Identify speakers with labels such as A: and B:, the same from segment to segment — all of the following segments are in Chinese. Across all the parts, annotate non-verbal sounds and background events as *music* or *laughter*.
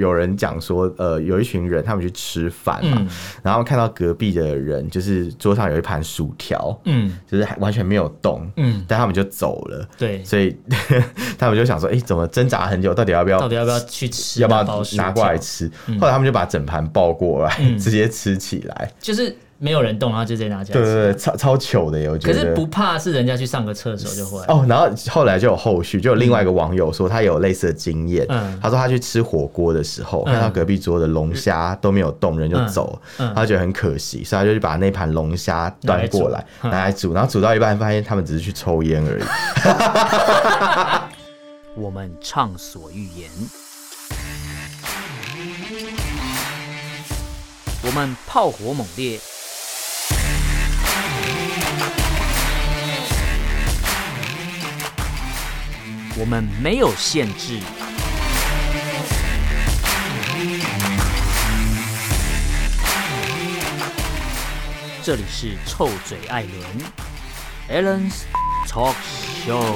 A: 有人讲说，呃，有一群人他们去吃饭嘛，
B: 嗯
A: 然后看到隔壁的人就是桌上有一盘薯条，
B: 嗯
A: 就是还完全没有动，
B: 嗯，
A: 但他们就走了，
B: 对，
A: 所以 *laughs* 他们就想说，哎、怎么挣扎很久，到底要不要
B: 到底要不要去吃？
A: 要不要拿过来？吃？后来他们就把整盘抱过来，*laughs*
B: 嗯
A: 直接吃起来。
B: 就是没有人动，然后就直接拿起来
A: 对
B: 吃。
A: 对对，超超糗的耶，我觉
B: 可
A: 得。
B: 是不怕是人家去上个厕所就会。
A: 哦，然后后来就有后续，就有另外一个网友说他有类似的经验，
B: 嗯
A: 他说他去吃火锅的时候，
B: 嗯
A: 看到隔壁桌的龙虾都没有动，人就走，
B: 嗯嗯
A: 他觉得很可惜，所以他就去把那盘龙虾端过来
B: 拿来煮嗯
A: 拿来煮，然后煮到一半发现他们只是去抽烟而已。 *laughs*
C: 我们畅所欲言；我们炮火猛烈；我们没有限制。这里是臭嘴艾伦 a l l e n s Talk Show。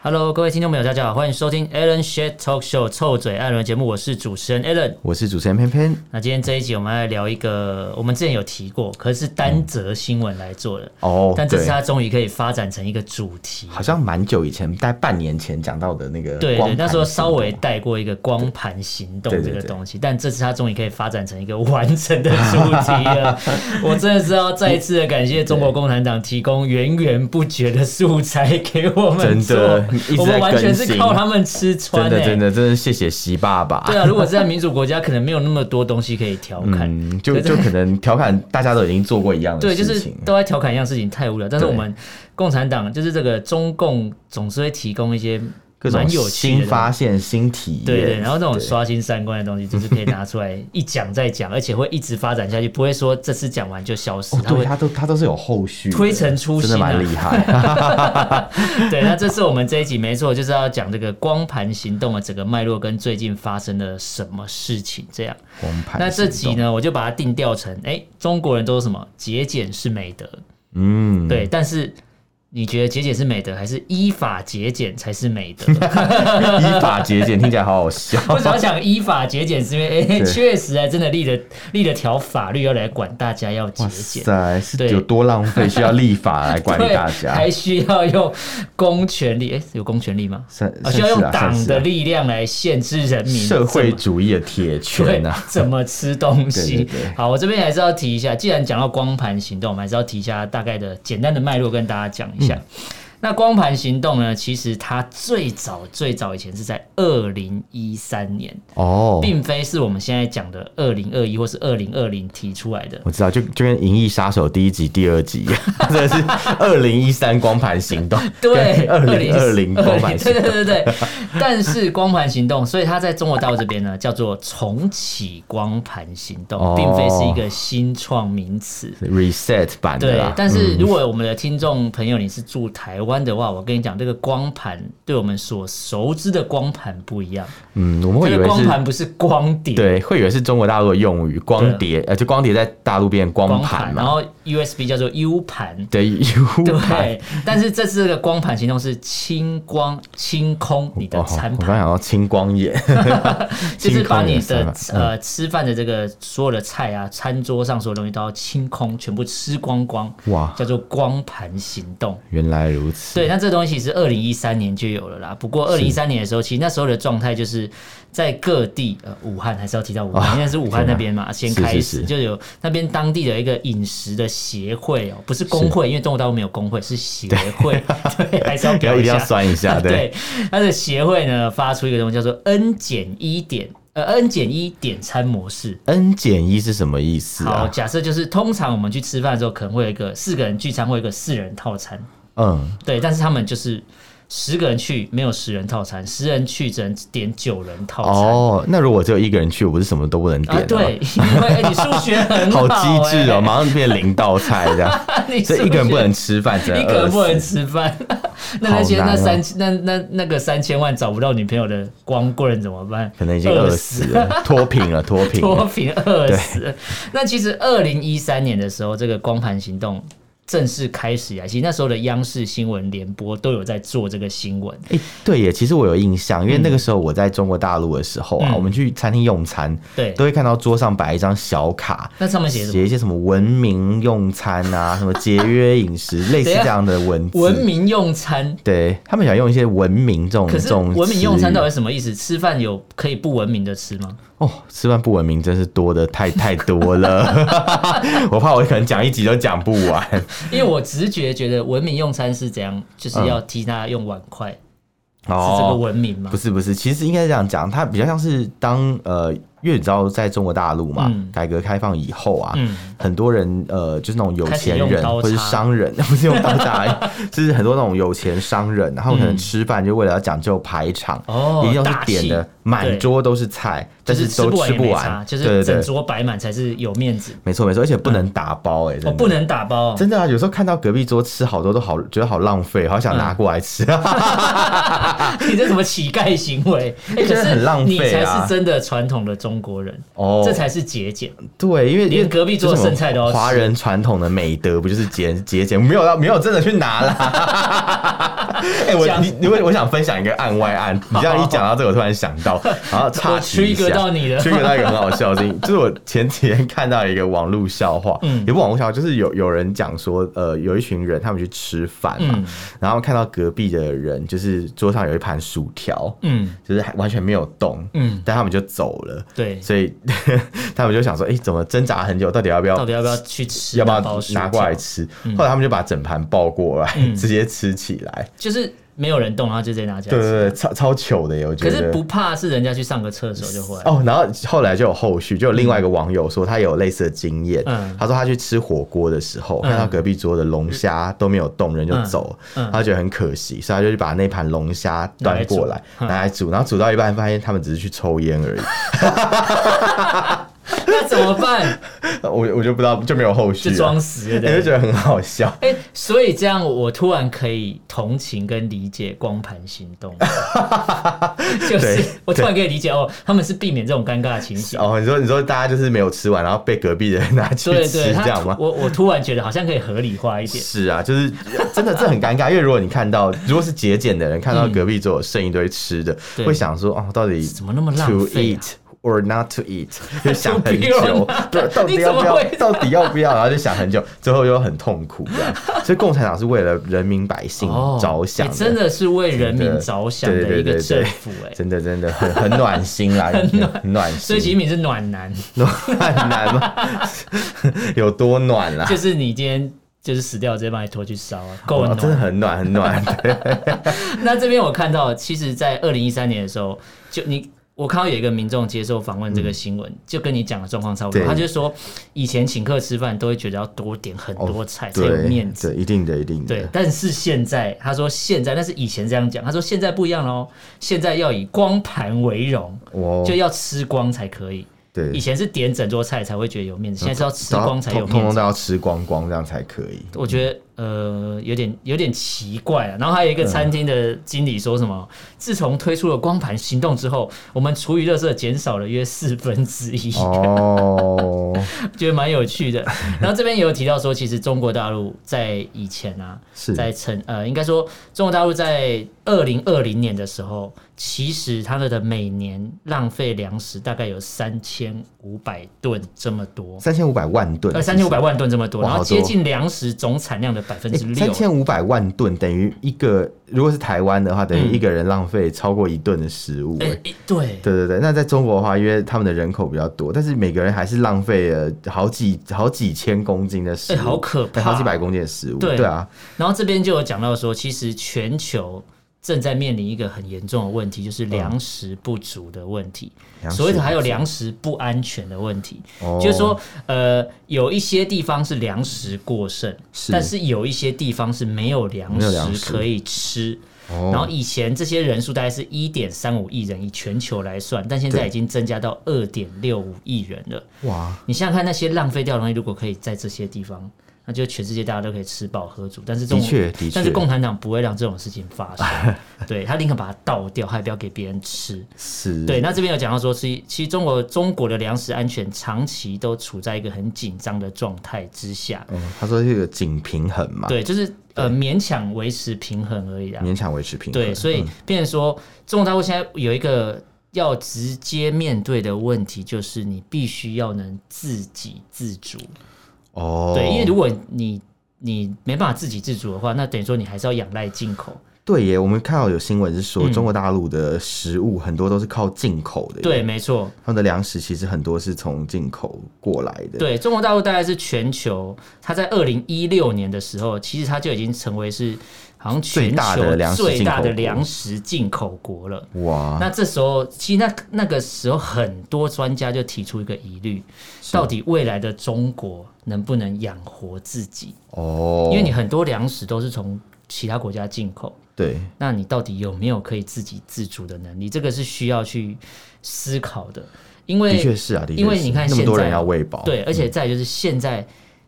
B: Hello，各位听众朋友，大家好，欢迎收听 Alan Shet Talk Show 臭嘴艾伦节目，我是主持人 Alan。
A: 我是主持人偏偏，
B: 那今天这一集我们来聊一个，我们之前有提过，可是单则新闻来做的。
A: 哦，
B: 但这次
A: 对
B: 它终于可以发展成一个主题，
A: 好像蛮久以前，大概半年前讲到的那个
B: 对
A: 光
B: 对，
A: 盘
B: 那时候稍微
A: 行动
B: 带过一个光盘行动
A: 对
B: 这
A: 对
B: 个
A: 对
B: 东西，但这次它终于可以发展成一个完整的主题
A: *laughs*
B: 了。我真的是要再一次的感谢中国共产党提供源源不绝的素材给我们
A: 真
B: 做
A: 的一直，
B: 我们
A: 在
B: 完全是
A: 更新
B: 靠他们吃穿、欸，
A: 真的真的真的谢谢习爸爸，
B: *laughs* 对啊，如果是在民主国家，可能没有那么多东西可以调侃。
A: 嗯，就
B: 可是
A: 就可能调侃大家都已经做过一样的
B: 对，
A: 事
B: 就
A: 情，
B: 是都在调侃一样事情太无聊，但是
A: 对
B: 我们共产党就是这个中共总是会提供一些
A: 各种
B: 蛮有趣的
A: 新发现、新体验，
B: 对对，然后那种
A: 对
B: 刷新三观的东西，就是可以拿出来一讲再讲，而且会一直发展下去，不会说这次讲完就消失，
A: 哦，
B: 它
A: 对，
B: 会
A: 它都它都是有后续的，
B: 推陈出新啊
A: 真的蛮厉
B: *laughs*
A: 害。
B: 对。那这次我们这一集没错，就是要讲这个光盘行动的整个脉络跟最近发生了什么事情这样。
A: 光盘
B: 那这
A: 行
B: 集
A: 动？
B: 呢，我就把它定调成，哎、中国人都说什么节俭是美德，
A: 嗯，
B: *laughs* 对，但是。你觉得节俭是美德，还是依法节俭才是美德？
A: *laughs* *laughs* 依法节俭听起来好好
B: *laughs*
A: 笑。
B: 为
A: *laughs*
B: 什么要讲依法节俭？是因为哎，
A: 对
B: 确、实还真的立了立了条法律要来管大家要节
A: 哇
B: 俭，
A: 塞，是
B: 对
A: 有多浪费，需要立法
B: *laughs*
A: 来 *laughs* 管理
B: 对
A: 大家。
B: 还需要用公权力，哎、有公权力吗？
A: 算
B: 啊需要用党的，
A: 算是啊
B: 力量来限制人民
A: 社会
B: 怎么
A: 主义的铁拳
B: 对
A: 啊！
B: 怎么吃东西。
A: *laughs* 对对对
B: 好，我这边还是要提一下，既然讲到光盘行动，我们还是要提一下大概的简单的脉络跟大家讲一下。
A: 嗯
B: 那光盘行动呢？其实它最早最早以前是在二零一三年，
A: 哦，
B: 并非是我们现在讲的二零二一或是二零二零提出
A: *laughs*
B: 来的。
A: 我知道，就就跟《银翼杀手》第一集、第二集一样， *laughs* 真的是二零一三光盘行动，
B: *laughs* 对，
A: 二零二零光盘
B: 20
A: 行
B: 对对
A: 动，
B: 对对对。但是光盘行动，所以它在中国大陆这边呢，叫做重启光盘行
A: 哦
B: 动，并非是一个新创名词。
A: reset 版的
B: 对
A: 啦，。嗯
B: 但是如果我们的听众朋友你是住台湾的话，我跟你讲，这个光盘对我们所熟知的光盘不一样。
A: 嗯，我们会以
B: 这个
A: 为
B: 光
A: 是
B: 盘不是光碟，
A: 对，会以为是中国大陆的用语，光碟，呃，就光碟在大陆变光
B: 光
A: 盘
B: 盘，
A: 嘛，
B: 然后 USB 叫做 U 盘。
A: 对，U 盘。
B: 对，但是这次的光盘行动是清光清空你的
A: 哦，
B: 餐
A: 我刚
B: 盘，
A: 想到青光眼，
B: 就是把你
A: 清空你
B: 的
A: 的餐盘嗯
B: 呃吃饭的这个所有的菜啊，餐桌上所有东西都要清空，全部吃光光，
A: 哇
B: 叫做光盘行动。
A: 原来如此。
B: 对，那这东西其实二零一三年就有了啦。不过二零一三年的时候，其实那时候的状态就是在各地，呃，武汉还是要提到武汉，因为是武汉那边嘛，先
A: 是
B: 开始
A: 啊是是
B: 就有那边当地的一个饮食的协会哦、不是工会，因为中国大陆没有工会，是协会，
A: *laughs*
B: 对，还是要
A: 不要
B: 表
A: 一
B: 一
A: 定要
B: 下。
A: 酸一下，对，
B: 对，它的协会呢发出一个东西叫做 N 减一点，呃，N 减一点餐模式。
A: n 减一是什么意思
B: 好，
A: 啊？
B: 假设就是通常我们去吃饭的时候，可能会有一个四个人聚餐，会有一个四人套餐。
A: 嗯，
B: 对，但是他们就是十个人去没有十人套餐，十人去只能点九人套餐。
A: 哦，那如果只有一个人去，我不是什么都不能点
B: 啊
A: 了，吗
B: 对，因为、哎你数学
A: *laughs*
B: 很
A: 好机
B: 欸
A: 智哦，，马上变零道菜这样，
B: *laughs* 你
A: 所以一个人不能吃饭，只
B: 数学。
A: 能
B: 一个人不能
A: 饿死
B: 吃饭， *laughs* 那那些
A: 好难
B: 那
A: 哦
B: 三那那那个三千万找不到女朋友的光棍怎么办？
A: 可能已经
B: 饿
A: 饿死了，脱贫了，脱贫
B: *laughs* 脱
A: 了，
B: 贫饿死。那其实二零一三年的时候，这个光盘行动正式开始以来，其实那时候的央视新闻联播都有在做这个新闻。
A: 哎、对耶，其实我有印象，因为那个时候我在中国大陆的时候啊，
B: 嗯
A: 我们去餐厅用餐，
B: 对
A: 都会看到桌上摆一张小卡，
B: 那上面写什么？
A: 写一些什么文明用餐
B: *laughs*
A: 啊，什么节约饮食，类似这样的文字。
B: 文明用餐。
A: 对他们想用一些文明这种嗯
B: 可
A: 这
B: 是
A: 种
B: 文明用
A: 词
B: 餐
A: 语
B: 到底是什么意思？吃饭有可以不文明的吃
A: *laughs*
B: 吗？
A: 哦，吃饭不文明真是多的太太多
B: *laughs*
A: 了，我怕我可能讲一集都讲不完。
B: 因为我直觉觉得文明用餐是怎样，就是要替他用碗筷，是这个
A: 哦，
B: 文明吗
A: 不？是不是，其实应该这样讲，它比较像是当呃，因为你知道在中国大陆嘛，
B: 嗯
A: 改革开放以后啊，
B: 嗯
A: 很多人呃，就是那种有钱
B: 开始用
A: 人
B: 刀
A: 或是
B: 叉
A: 商人， *laughs* 不是用刀
B: *laughs*
A: 叉，就是很多那种有钱商人，然后可能
B: 嗯
A: 吃饭就为了要讲究排场，
B: 哦
A: 一定都是
B: 大气
A: 点的满桌都是菜，
B: 就
A: 但是
B: 是吃
A: 都
B: 不完
A: 吃
B: 也
A: 不
B: 没
A: 完
B: 差，，就
A: 对
B: 是
A: 对
B: 整
A: 对，
B: 桌摆满才是有面子。
A: 没错没错，而且不能打包哎、真
B: 我
A: 的
B: 不能打包哦，
A: 真的啊，有时候看到隔壁桌吃好多都好，觉得好浪费，好想
B: 嗯
A: 拿过来吃。啊
B: *laughs* 你 *laughs* 这什么乞丐行
A: *laughs*
B: 为？哎
A: 真
B: 可
A: 的
B: 是
A: 很浪费
B: 你
A: 啊
B: 才是真的传统的中国人，
A: 哦，
B: 这才是节俭。
A: 对，因为
B: 连隔壁桌剩菜都要吃
A: 这是我们华人传统的美德不就是节节俭？没有要没有真的去拿啦。 *laughs* 哎、我
B: 讲
A: 你你我我想分享一个案外案，你这样一讲到这个，我突然想
B: *laughs*
A: 到，然后
B: 我
A: 插曲一
B: trigger
A: 下，
B: 到你了
A: *laughs* t r 到一个很好笑的事情，就是 *laughs* 我前几天看到一个网络笑话，
B: 嗯
A: 也不网络笑话，就是有有人讲说，呃，有一群人他们去吃饭嘛，
B: 嗯
A: 然后看到隔壁的人就是桌上有一盘薯条，
B: 嗯
A: 就是还完全没有动，
B: 嗯，
A: 但他们就走了。
B: 对，
A: 所以 *laughs* 他们就想说，哎、怎么挣扎很久，到底要不要
B: 到底要不要去吃？
A: 要不要
B: 包薯
A: 拿过来
B: 条？
A: 吃？后来他们就把整盘抱过来，
B: 嗯
A: 直接吃起来。
B: 就是没有人动，然后就直接拿起来
A: 对
B: 吃。
A: 对对，超超糗的耶，我觉
B: 可
A: 得。
B: 是不怕是人家去上个厕所就回来。
A: 哦，然后后来就有后续，就有另外一个网友说他有类似的经验。
B: 嗯
A: 他说他去吃火锅的时候，
B: 嗯
A: 看到隔壁桌的龙虾都没有动，人就
B: 嗯
A: 走了，
B: 嗯
A: 他觉得很可惜，所以他就去把那盘龙虾端过来
B: 拿来煮嗯
A: 拿来煮，然后煮到一半发现他们只是去抽烟而已， *laughs*
B: 那怎么办？
A: 我我就不知道就没有后续
B: 就
A: 了，
B: 装死，对不
A: 我啊 *laughs* 就
B: 对？
A: 觉得很好笑。
B: 哎、所以这样我突然可以同情跟理解光盘行
A: *laughs*
B: 动，就是
A: 对
B: 我突然可以理解哦，他们是避免这种尴尬的情形。
A: 哦，你说你说大家就是没有吃完，然后被隔壁的人拿去
B: 对
A: 吃，
B: 对，
A: 这
B: 他
A: 样吗？
B: 我我突然觉得好像可以合理化一点。
A: 是啊，就是真的，这很尴尬。因为如果你看到，如果是节俭的人看到隔壁桌有剩一堆吃的，
B: 嗯对
A: 会想说哦，到底
B: 怎么那么浪
A: to
B: 费啊
A: eat or not to
B: *laughs*
A: eat，就想
B: To be
A: 很
B: or
A: 久
B: not，
A: 对到底
B: 你
A: 要
B: 怎么
A: 不要
B: 会，
A: 到底要不要，然后就想很久，最后又很痛苦这样。所以共产党是为了人民百姓着想
B: 你哦真
A: 的。
B: 的是为人民着想
A: 对
B: 的
A: 对
B: 一个
A: 对对
B: 政府哎、
A: 真的真的很很暖心
B: *laughs*
A: 啦，很暖
B: 所以习
A: 心，
B: 近平是暖
A: *laughs*
B: 男，
A: 暖男吗？ *laughs* 有多暖啦？
B: 就是你今天就是死掉直接把你拖去烧啊，够
A: 哇
B: 暖。
A: 真的很暖很
B: *laughs*
A: 暖。对
B: 那这边我看到，其实，在二零一三年的时候，就你我看到有一个民众接受访问这个新闻，就跟你讲的状况差不多。
A: 嗯对
B: 他就说，以前请客吃饭都会觉得要多点很多菜才有
A: 哦对
B: 面子。
A: 对，一定的，一定的。
B: 对，但是现在他说现在，那是以前这样讲。他说现在不一样喽，现在要以光盘为荣，
A: 我
B: 就要吃光才可以。
A: 哦对，
B: 以前是点整桌菜才会觉得有面子，现在是要吃
A: 都要
B: 光才有
A: 通通
B: 面
A: 通
B: 子。
A: 都要吃光光，这样才可
B: *laughs*
A: 以。
B: 我觉得呃有点有点奇怪啊。然后还有一
A: 嗯
B: 个餐厅的经理说什么，自从推出了光盘行动之后，我们厨余垃圾减少了约四分之一，
A: 哦，
B: *laughs* 觉得蛮有趣的。然后这边也有提到说，其实中国大陆在以前啊，
A: 是
B: 在成呃，应该说中国大陆在二零二零年的时候，其实他们的每年浪费粮食大概有三千五百吨这么多。
A: 三千五百万吨，
B: 呃，三千五百万吨这么多，
A: 哇
B: 然后
A: 好多
B: 接近粮食总产量的百分之六。
A: 三千五百万吨等于一个，如果是台湾的话，等于
B: 嗯
A: 一个人浪费超过一吨的食物、
B: 哎、
A: 欸。
B: 哎对，
A: 对对对，那在中国的话，因为他们的人口比较多，但是每个人还是浪费了好几好几千公斤的食物，
B: 哎好可怕
A: 好几百公斤的食物，
B: 对
A: 对啊，
B: 然后这边就有讲到说，其实全球正在面临一个很严重的问题，就是粮食不足的问题。
A: 嗯粮食
B: 所谓的还有粮食不安全的问题，
A: 哦
B: 就是说，呃，有一些地方是粮食过剩，
A: 是
B: 但是有一些地方是没有粮
A: 没有粮
B: 食
A: 食
B: 可以吃。
A: 哦
B: 然后以前这些人数大概是一点三五亿人，以全球来算，但现在
A: 对
B: 已经增加到二点六五亿人了。
A: 哇，
B: 你想想看，那些浪费掉的东西，如果可以在这些地方，那就全世界大家都可以吃饱喝足。但是这种
A: 的确的确
B: 但是共产党不会让这种事情发生，
A: *laughs*
B: 对他宁可把它倒掉，他也不要给别人吃。
A: 是，
B: 对，那这边有讲到说，其其实中国中国的粮食安全长期都处在一个很紧张的状态之下，
A: 嗯，他说这个紧平衡嘛，
B: 对，就是呃勉强维持平衡而已啦。
A: 勉强嗯维持平衡，
B: 对，所以变成说，中国大陆现在有一个要直接面对的问题，就是你必须要能自给自足。
A: 哦，
B: 对，因为如果你你没办法自给自足的话，那等于说你还是要仰赖进口。
A: 对耶，我们看到有新闻是说，中国大陆的食物很多都是靠进口的，
B: 对，，没错，
A: 他们的粮食其实很多是从进口过来的，，
B: 对中国大陆大概是全球，它在二零一六年的时候，其实它就已经成为是好像全
A: 最大的粮
B: 球
A: 食
B: 最
A: 进
B: 大
A: 口
B: 的
A: 国
B: 粮食进口国了。
A: 哇，
B: 那这时候，其实那那个时候，很多专家就提出一个疑虑：到底未来的中国能不能养活自己？
A: 哦，
B: 因为你很多粮食都是从其他国家进口，
A: 对
B: 那你到底有没有可以自给自足的能力？这个是需要去思考的，因为
A: 的确嗯是啊，的确是，
B: 因为你
A: 那
B: 看现
A: 么
B: 在
A: 多人要喂饱，
B: 对，而且再来就是现在，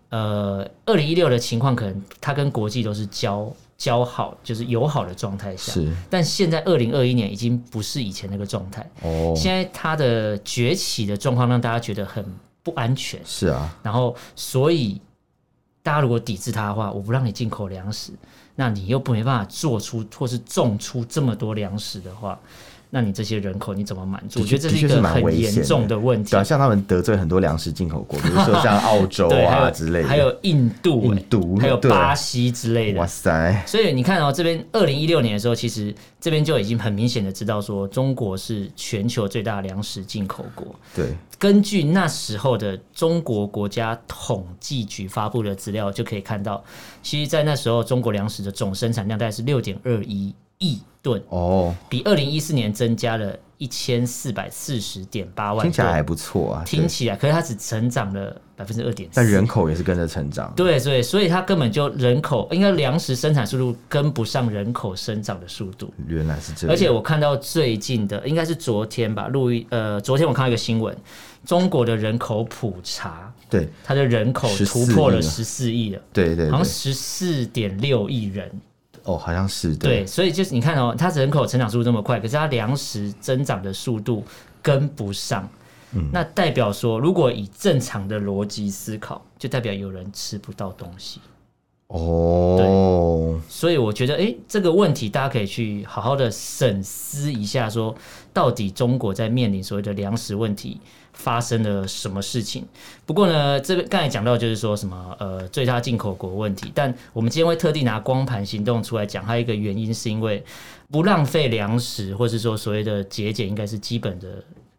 B: 呃，二零一六的情况可能它跟国际都是交交好，就是友好的状态下。
A: 是
B: 但现在二零二一年已经不是以前那个状态，
A: 哦，
B: 现在它的崛起的状况让大家觉得很不安全，
A: 是啊，
B: 然后所以大家如果抵制它的话，我不让你进口粮食，那你又不没办法做出或是种出这么多粮食的话，那你这些人口你怎么满足？
A: 的
B: 我觉
A: 确
B: 得这是
A: 的确
B: 一个
A: 是蛮危
B: 很
A: 险的
B: 严重的问题
A: 对啊，。像他们得罪很多粮食进口国，比如说像澳洲
B: *laughs* 对，还
A: 啊
B: 有
A: 之类的，
B: 还有印度、欸
A: 印度
B: 还有
A: 对啊
B: 巴西之类
A: 哇
B: 的。
A: 塞，
B: 所以你看哦，这边二零一六年的时候，其实这边就已经很明显的知道说，中国是全球最大的粮食进口国。
A: 对，
B: 根据那时候的中国国家统计局发布的资料，就可以看到，其实，在那时候中国粮食的总生产量大概是六点二一亿吨，
A: 哦，
B: 比二零一四年增加了一千四百四十点八万
A: 听起来还
B: 吨。
A: 不错啊，
B: 听
A: 对
B: 起来，可是它只成长了百分之二点四，
A: 但人口也是跟着成长，
B: 对对，所以它根本就人口应该粮食生产速度跟不上人口生长的速度。
A: 原来是这样，
B: 而且我看到最近的应该是昨天吧，录一呃，昨天我看到一个新闻，中国的人口普查，
A: 对
B: 它的人口突破了十四亿了，
A: 对对对
B: 好像，十四点六亿人。
A: 哦，好像是
B: 对，所以就是你看哦，它人口成长速度这么快，可是它粮食增长的速度跟不上。那代表说，如果以正常的逻辑思考，就代表有人吃不到东西。
A: 哦，
B: 所以我觉得，诶，这个问题大家可以去好好的审思一下说到底中国在面临所谓的粮食问题发生了什么事情。不过呢，这个刚才讲到就是说什么呃最大进口国问题，但我们今天会特地拿光盘行动出来讲，它一个原因是因为不浪费粮食，或是说所谓的节俭，应该是基本的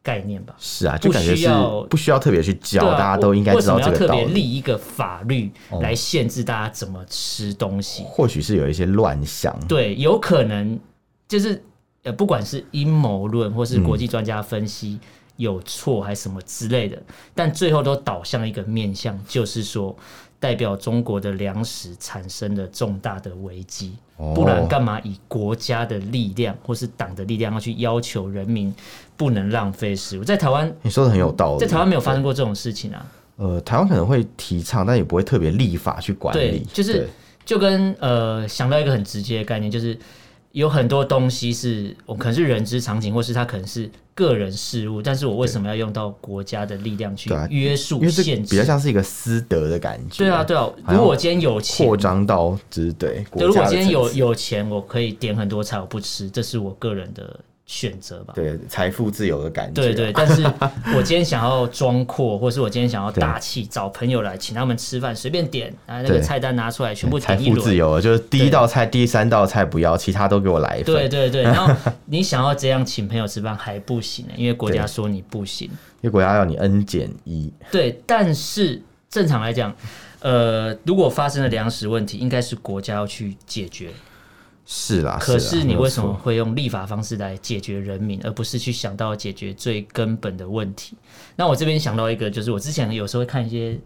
B: 概念吧。
A: 是啊，就感觉
B: 不需
A: 是
B: 要
A: 不需要特别去教，
B: 对啊
A: 大家都应该
B: 为
A: 知
B: 什
A: 道
B: 么要
A: 这个
B: 特
A: 道
B: 别立
A: 理。
B: 一个法律来限制大家怎么吃东西？
A: 或许是有一些乱想，
B: 对，有可能就是呃，不管是阴谋论或是国际专家分析、有错还是什么之类的，但最后都导向一个面向，就是说代表中国的粮食产生了重大的危机。不然
A: 哦
B: 干嘛以国家的力量或是党的力量要去要求人民不能浪费食物？在台湾，
A: 你说的很有道理。
B: 在台湾没有发生过这种事情啊。
A: 呃，台湾可能会提倡，但也不会特别立法去管
B: 对
A: 理，，
B: 就是
A: 对
B: 就跟呃想到一个很直接的概念，就是有很多东西是我可能是人之常情，或是它可能是个人事物，但是我为什么要用到国家的力量去
A: 对啊
B: 约
A: 因
B: 束、
A: 为这
B: 限
A: 比较
B: 制？
A: 像是一个私德的感觉。
B: 对啊，，对啊。
A: 好像
B: 如果我今天有钱
A: 扩，张到就是对国
B: 就如
A: 家
B: 果
A: 的
B: 今天
A: 层
B: 有
A: 次
B: 有钱，我可以点很多菜，我不吃，这是我个人的选择吧。
A: 对财富自由的感觉，
B: 对
A: *laughs*
B: 对，但是我今天想要装阔，或是我今天想要大气，找朋友来请他们吃饭，随便点，啊，那个
A: 啊对
B: 菜单拿出来，全部
A: 财
B: 点一
A: 富
B: 轮，
A: 自由了，就是第一道菜、第三道菜不要，其他都给我来一份。
B: 对对 *laughs* 对，然后你想要这样请朋友吃饭还不行呢、因为国家
A: 对
B: 说你不行。
A: 因为国家要你 n 减一，
B: *laughs* 对，但是正常来讲，呃，如果发生了粮食问题，应该是国家要去解决。
A: 是啦。
B: 可
A: 啦
B: 是你
A: 没有
B: 为什么
A: 错
B: 会用立法方式来解决人民，而不是去想到解决最根本的问题？那我这边想到一个，就是我之前有时候会看一些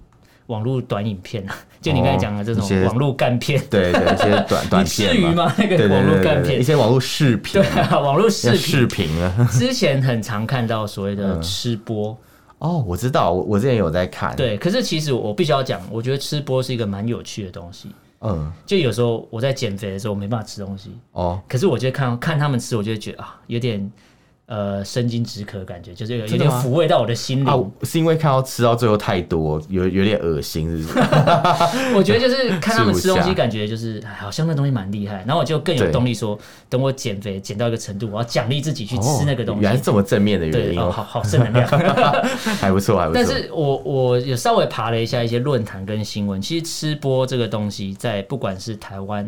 B: 网络短影片啊，就你刚才讲的这
A: 一
B: 种
A: 些
B: 网络干片， *laughs*
A: 对对一些短短
B: 你至
A: 片
B: 于
A: 嘛？
B: 吗？那
A: 对
B: 个
A: 对对
B: 网络
A: 对
B: 干
A: 对，一
B: 片，
A: 些网络视频
B: 对，啊，网络视
A: 要
B: 频
A: 视频啊， *laughs* 嗯
B: 之前很常看到所谓的吃播，
A: 哦，我知道，我我之前有在看，，
B: 对，可是其实我必须要讲，我觉得吃播是一个蛮有趣的东西。
A: 嗯，
B: 就有时候我在减肥的时候我没办法吃东西，
A: 哦，
B: 可是我就看看他们吃，我就会觉得啊，有点呃生津止渴的感觉，就是有有
A: 真的
B: 点
A: 吗
B: 抚慰到我的心灵。
A: 啊，我是因为看到吃到最后太多，有有点恶心，是不
B: *laughs*
A: 是？
B: 我觉得就是看他们吃东
A: 吃不
B: 西，
A: 下
B: 感觉就是哎好像那东西蛮厉害，然后我就更有
A: 对
B: 动力说，等我减肥减到一个程度，我要奖励自己去吃那个东
A: 哦原来
B: 西。
A: 是这么正面的原
B: 对，
A: 因
B: 哦，
A: 哦，
B: 好好正能量。
A: 还不错，还不错。
B: 但是我我有稍微爬了一下一些论坛跟新闻，其实吃播这个东西在不管是台湾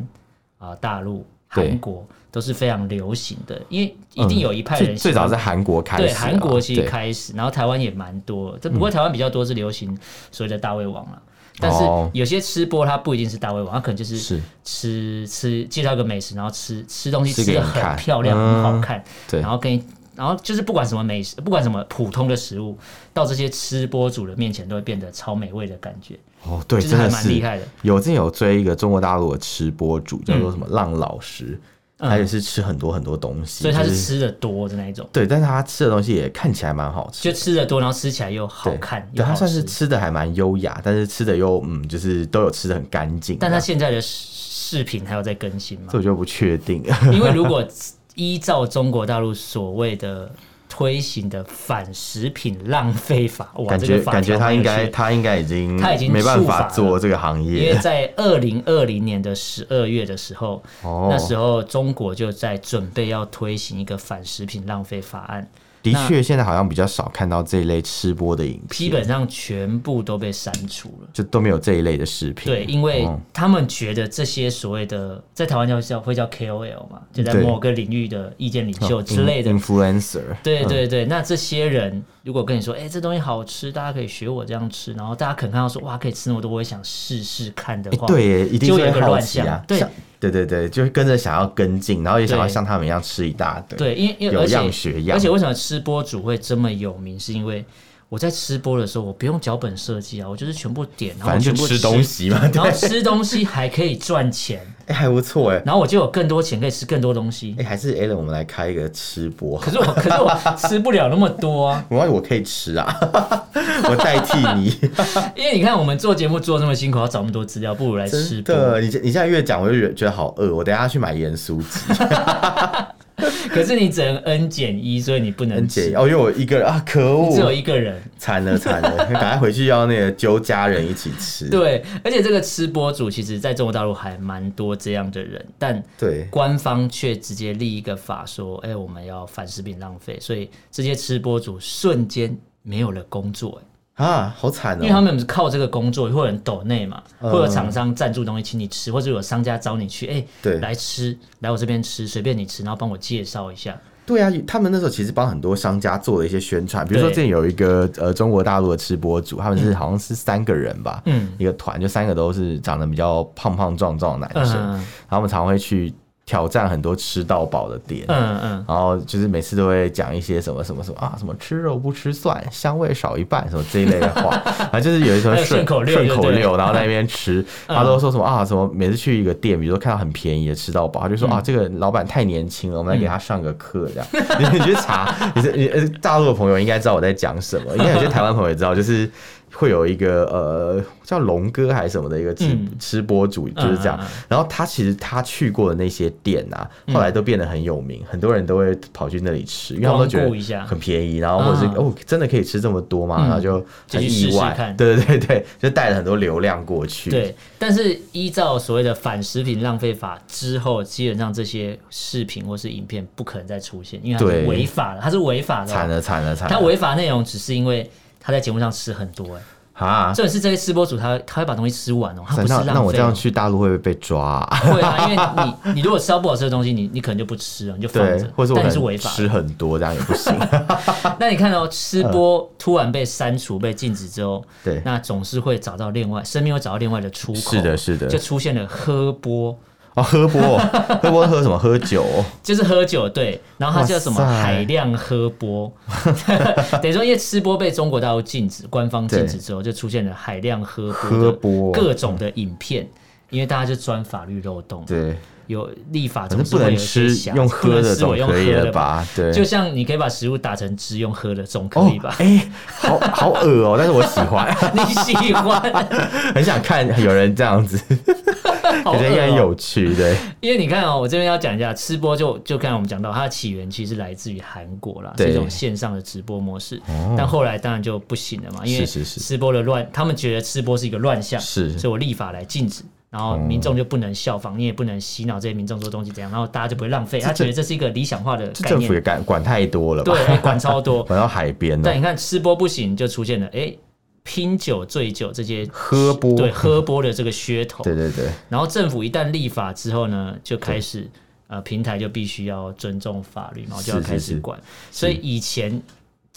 B: 啊、大陆、
A: 对
B: 韩国都是非常流行的，因为一定有一派
A: 最
B: 人
A: 嗯最
B: 喜欢
A: 早在韩国开始啊，
B: 对，韩国其实
A: 对
B: 开始，然后台湾也蛮多，这不过台湾比较多是流行所谓的大胃王了。但是
A: 哦
B: 有些吃播他不一定是大胃王，他可能就是
A: 是
B: 吃吃介绍一个美食，然后吃吃东西
A: 吃
B: 吃
A: 给
B: 的
A: 你
B: 很
A: 看
B: 漂亮、很好看，
A: 对
B: 然后跟你然后就是不管什么美食，不管什么普通的食物，到这些吃播主的面前都会变得超美味的感觉，
A: 哦，对，
B: 就是
A: 真
B: 还
A: 的
B: 蛮厉
A: 是
B: 害的。
A: 有之前有追一个中国大陆的吃播主，叫做什么浪老师，
B: 嗯
A: 他也是吃很多很多东西，
B: 所以他
A: 就是
B: 吃的多的那一种，
A: 对，但是他吃的东西也看起来蛮好吃
B: 就。吃的多，然后吃起来又好
A: 对
B: 看，又
A: 对他
B: 好
A: 算是
B: 吃。
A: 吃的还蛮优雅，但是吃的又嗯，就是都有吃的很干净。
B: 但他
A: 这样
B: 现在的视视频还有在更新吗
A: 这？我就不确定。
B: 因为如果依照中国大陆所谓的推行的反食品浪费法，哇，
A: 感
B: 这
A: 觉
B: 个法
A: 感觉
B: 条
A: 他
B: 蛮有
A: 应该
B: 趣的
A: 他应该已经
B: 他已经
A: 没办
B: 触法
A: 法
B: 了
A: 做这个行
B: 因为
A: 业
B: 在二零二零年的十二月的时候，
A: 哦
B: 那时候中国就在准备要推行一个反食品浪费法案，
A: 的确，现在好像比较少看到这一类吃播的影
B: 基
A: 片，
B: 本上全部都被删除了。
A: 就都没有这一类的视频。
B: 对，因为
A: 哦
B: 他们觉得这些所谓的在台湾叫叫会叫 KOL 嘛，就在
A: 对哦嗯
B: 某个领域的意见领袖之类的
A: In-，influencer，
B: 对
A: 嗯
B: 对对，那这些人如果跟你说，哎、这东西好吃，大家可以学我这样吃，然后大家可能看到说，哇，可以吃那么多，我也想试试看的
A: 哎
B: 话，
A: 对耶，一定
B: 就有
A: 是
B: 一
A: 会
B: 个
A: 好
B: 乱
A: 奇啊
B: 象，对
A: 像对对对，就是跟着想要跟进，然后也想要
B: 对
A: 像他们一样吃一大堆。
B: 对，因为因为
A: 有
B: 而且
A: 样学样
B: 而且为什么吃播主会这么有名，是因为我在吃播的时候，我不用脚本设计啊，我就是全部点，然后
A: 反正就
B: 全部
A: 吃东，西嘛，对
B: 然后吃东西还可以赚钱，
A: 哎还不错哎。
B: 然后我就有更多钱可以吃更多东西
A: 哎，。还是 a l a n 我们来开一个吃播， *laughs*
B: 可是我，可是我吃不了那么多啊，
A: 我我可以吃啊， *laughs* 我代替你。
B: 因为你看我们做节目做这么辛苦，要找那么多资料，不如来 *laughs* 吃
A: 真
B: 播。
A: 的，你这你现在越讲，我就觉得觉得好饿，我等一下去买盐酥鸡。
B: 可是你只能 n 减一，所以你不能
A: 很
B: 吃
A: 解哦，因为我一哦个人啊，可恶，
B: 只有一个人。
A: 惨了惨了， *laughs* 赶快回去要那个揪家人一起吃。
B: 对，而且这个吃播主其实在中国大陆还蛮多这样的人，但
A: 对
B: 官方却直接立一个法说，哎、我们要反食品浪费，所以这些吃播主瞬间。没有了工作、哎
A: 啊，好惨
B: 因为他
A: 哦。
B: 们靠这个工作，会有人抖内嘛，会有厂商赞助东西请你吃，或者有商家找你去，哎、
A: 对
B: 来吃，来我这边吃，随便你吃，然后帮我介绍一下。
A: 对啊，他们那时候其实帮很多商家做了一些宣传，比如说
B: 对
A: 之前有一个呃中国大陆的吃播主，他们是好像是三个人吧，
B: 嗯
A: 一个团就三个都是长得比较胖胖壮壮的男生，
B: 嗯
A: 然后我们常会去挑战很多吃到饱的店，
B: 嗯嗯，
A: 然后就是每次都会讲一些什么什么什么啊，什么吃肉不吃蒜，香味少一半，什么这一类的话， *laughs* 然后就是有一时候
B: 还有顺
A: 顺
B: 口溜
A: 顺
B: 就
A: 口
B: 对了嗯
A: 溜，然后在那边吃，他都说什么啊，什么每次去一个店，比如说看到很便宜的吃到饱，他就
B: 嗯
A: 说啊，这个老板太年轻了，我们来给他上个课这
B: *laughs*
A: 样。你你去查，你是你呃大陆的朋友应该知道我在讲什么，应该有些台湾朋友也知道，就是。会有一个呃叫龙哥还是什么的一个吃、
B: 嗯
A: 吃播主就是这样，
B: 嗯嗯嗯
A: 然后他其实他去过的那些店啊，后来都变得很有名，很多人都会跑去那里吃，因为他们都觉
B: 光顾一下
A: 得很便宜，然后或者是、
B: 啊
A: 哦真的可以吃这么多吗？然后就
B: 就
A: 很
B: 去试
A: 意
B: 试
A: 外，
B: 看
A: 对对对对，就带了很多流量过去。
B: 对，但是依照所谓的反食品浪费法之后，基本上这些视频或是影片不可能再出现，因为它是
A: 对
B: 违法的，它是违法的哦、
A: 惨了惨了惨了！
B: 它违法内容只是因为他在节目上吃很多、哎，
A: 啊！
B: 重点是这些吃播主他他会把东西吃完哦、他不是
A: 那
B: 浪费、哦
A: 那我这
B: *laughs*
A: 样去大陆会不会被抓、啊？
B: 会啊，因为你你如果吃到不好吃的东西，你你可能就不吃了，你就放
A: 对
B: 着，，
A: 或者我
B: 但
A: 可
B: 你是违
A: 能
B: 法的。
A: 吃很多，这样也不
B: *laughs*
A: 行。
B: 那你看到、吃播突然被删除、被禁止之后，
A: 嗯对
B: 那总是会找到另外，生命会找到另外的出口。
A: 是的是的
B: 就出现了喝播，
A: 哦，喝波，喝波喝什么？喝酒哦、
B: 就是喝酒，对，然后它叫什么
A: 哇塞
B: 海量喝播， *laughs* 等于说因为吃播被中国大陆禁止，官方禁止之后，就出现了海量喝播的
A: 喝播
B: 各种的影片，因为大家就钻法律漏洞，
A: 对，
B: 有立法
A: 反
B: 总
A: 正
B: 是
A: 不
B: 会有
A: 能
B: 一些
A: 吃
B: 瑕疵，
A: 用喝的
B: 的
A: 总可以了
B: 了？
A: 吧？对，
B: 就像你可以把食物打成汁用喝的，总可
A: 哦
B: 以吧？
A: 哎、好好恶哦、但是我喜欢， *laughs*
B: *laughs* 你喜欢，
A: 很想看有人这样子，
B: 好
A: *laughs* 感觉应该
B: 饿
A: 很
B: 哦
A: 有趣，对。
B: 因为你看哦，我这边要讲一下吃播就，就刚才我们讲到，它的起源其实来自于韩国啦，
A: 对
B: 是一种线上的直播模式。
A: 哦
B: 但后来当然就不行了嘛，因为
A: 是是是
B: 吃播的乱，他们觉得吃播是一个乱象，
A: 是
B: 所以我立法来禁止。然后民众就不能效仿，你也不能洗脑这些民众说东西怎样，然后大家就不会浪费。他觉得这是一个理想化的
A: 这
B: 概
A: 政府也
B: 念，
A: 管管太多了吧？
B: 对，哎管超多。
A: *laughs* 管到海边哦了
B: 但，你看吃播不行，就出现了哎拼酒、醉酒这些
A: 喝播
B: 对喝播的这个噱头。
A: 对对对，
B: 然后政府一旦立法之后呢，就开始呃平台就必须要尊重法律嘛，然后
A: 是
B: 就要开
A: 是
B: 始
A: 是
B: 管。所以以前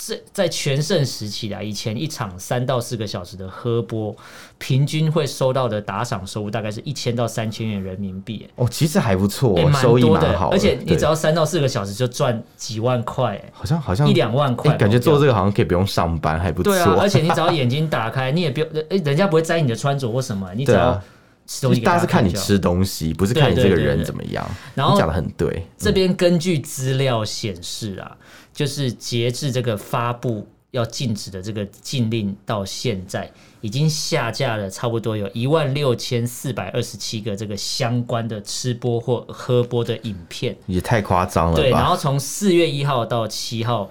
B: 这在全盛时期啊，以前一场三到四个小时的喝播，平均会收到的打赏收入大概是一千到三千元人民币、
A: 哦，其实还不错、
B: 哎，蛮
A: 收益
B: 多
A: 蛮
B: 的
A: 好，的，
B: 而且你
A: 对
B: 只要三到四个小时就赚几万块、哎
A: 好像好像
B: 一两万块
A: 哎感觉
B: 跑不掉
A: 做这个好像可以不用上班，还不错。
B: 对啊，而且你只要眼睛打开，你也不用，哎人家不会摘你的穿着或什么，你只
A: 对啊
B: 要吃东
A: 就
B: 西
A: 是
B: 给
A: 大
B: 大
A: 家
B: 家
A: 是看你
B: 就好
A: 吃东西，不是看你
B: 对
A: 这个
B: 对对
A: 人
B: 对
A: 怎么样。
B: 然后
A: 你讲的很对，
B: 这边根据资料显示啊，就是截至这个发布要禁止的这个禁令到现在，已经下架了差不多有一万六千四百二十七个这个相关的吃播或喝播的影片。
A: 也太夸张了
B: 对，然
A: 吧？
B: 后从四月一号到七号，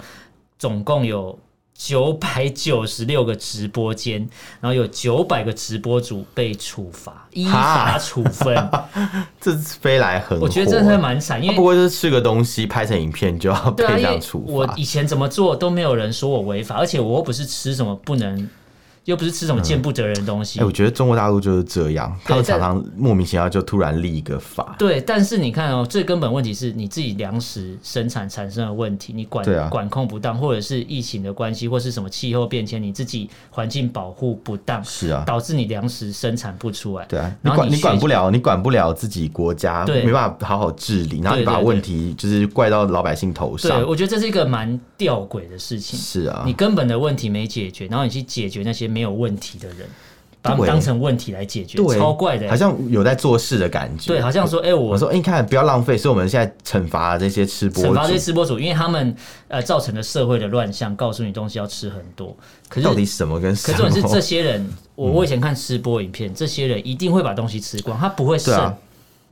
B: 总共有九百九十六个直播间，然后有九百个直播主被处罚，依法处分。
A: 这飞来横祸，
B: 我觉得真
A: 啊
B: 的蛮惨，因
A: 他
B: 为
A: 不过就是吃个东西拍成影片就要被
B: 对啊，
A: 这
B: 因为
A: 样处
B: 我
A: 罚。
B: 以前怎么做都没有人说我违法，而且我又不是吃什么不能，又不是吃什么见不得人的东西。
A: 哎、我觉得中国大陆就是这样，他们常常莫名其妙就突然立一个法，
B: 对，但是你看哦，最根本问题是你自己粮食生产产生的问题，你管、
A: 对啊
B: 管控不当，或者是疫情的关系，或是什么气候变迁，你自己环境保护不当，
A: 是啊，
B: 导致你粮食生产不出来。
A: 对啊，你
B: 然后
A: 管你
B: 学
A: 管不了，你管不了自己国家，
B: 对
A: 没办法好好治理，然后你
B: 对
A: 把
B: 对
A: 问题就是怪到老百姓头
B: 对，
A: 上，
B: 我觉得这是一个蛮吊诡的事情。
A: 是啊
B: 你，根本的问题没解决，然后你去解决那些没有问题的人，把他们
A: 对
B: 当成问题来解决，
A: 对，
B: 超怪的欸、
A: 好像有在做事的感觉，
B: 对，好像说，哎、我
A: 我说，哎、你看，不要浪费，所以我们现在惩罚这些吃播
B: 惩罚这
A: 主
B: 些，吃播主，因为他们呃造成了社会的乱象，告诉你东西要吃很多。可是，
A: 到
B: 可
A: 底什么跟什
B: 是
A: *laughs*
B: 重点是这
A: 么？
B: 些人，我我以
A: 嗯
B: 前看吃播影片，这些人一定会把东西吃光，他不会剩，
A: 对啊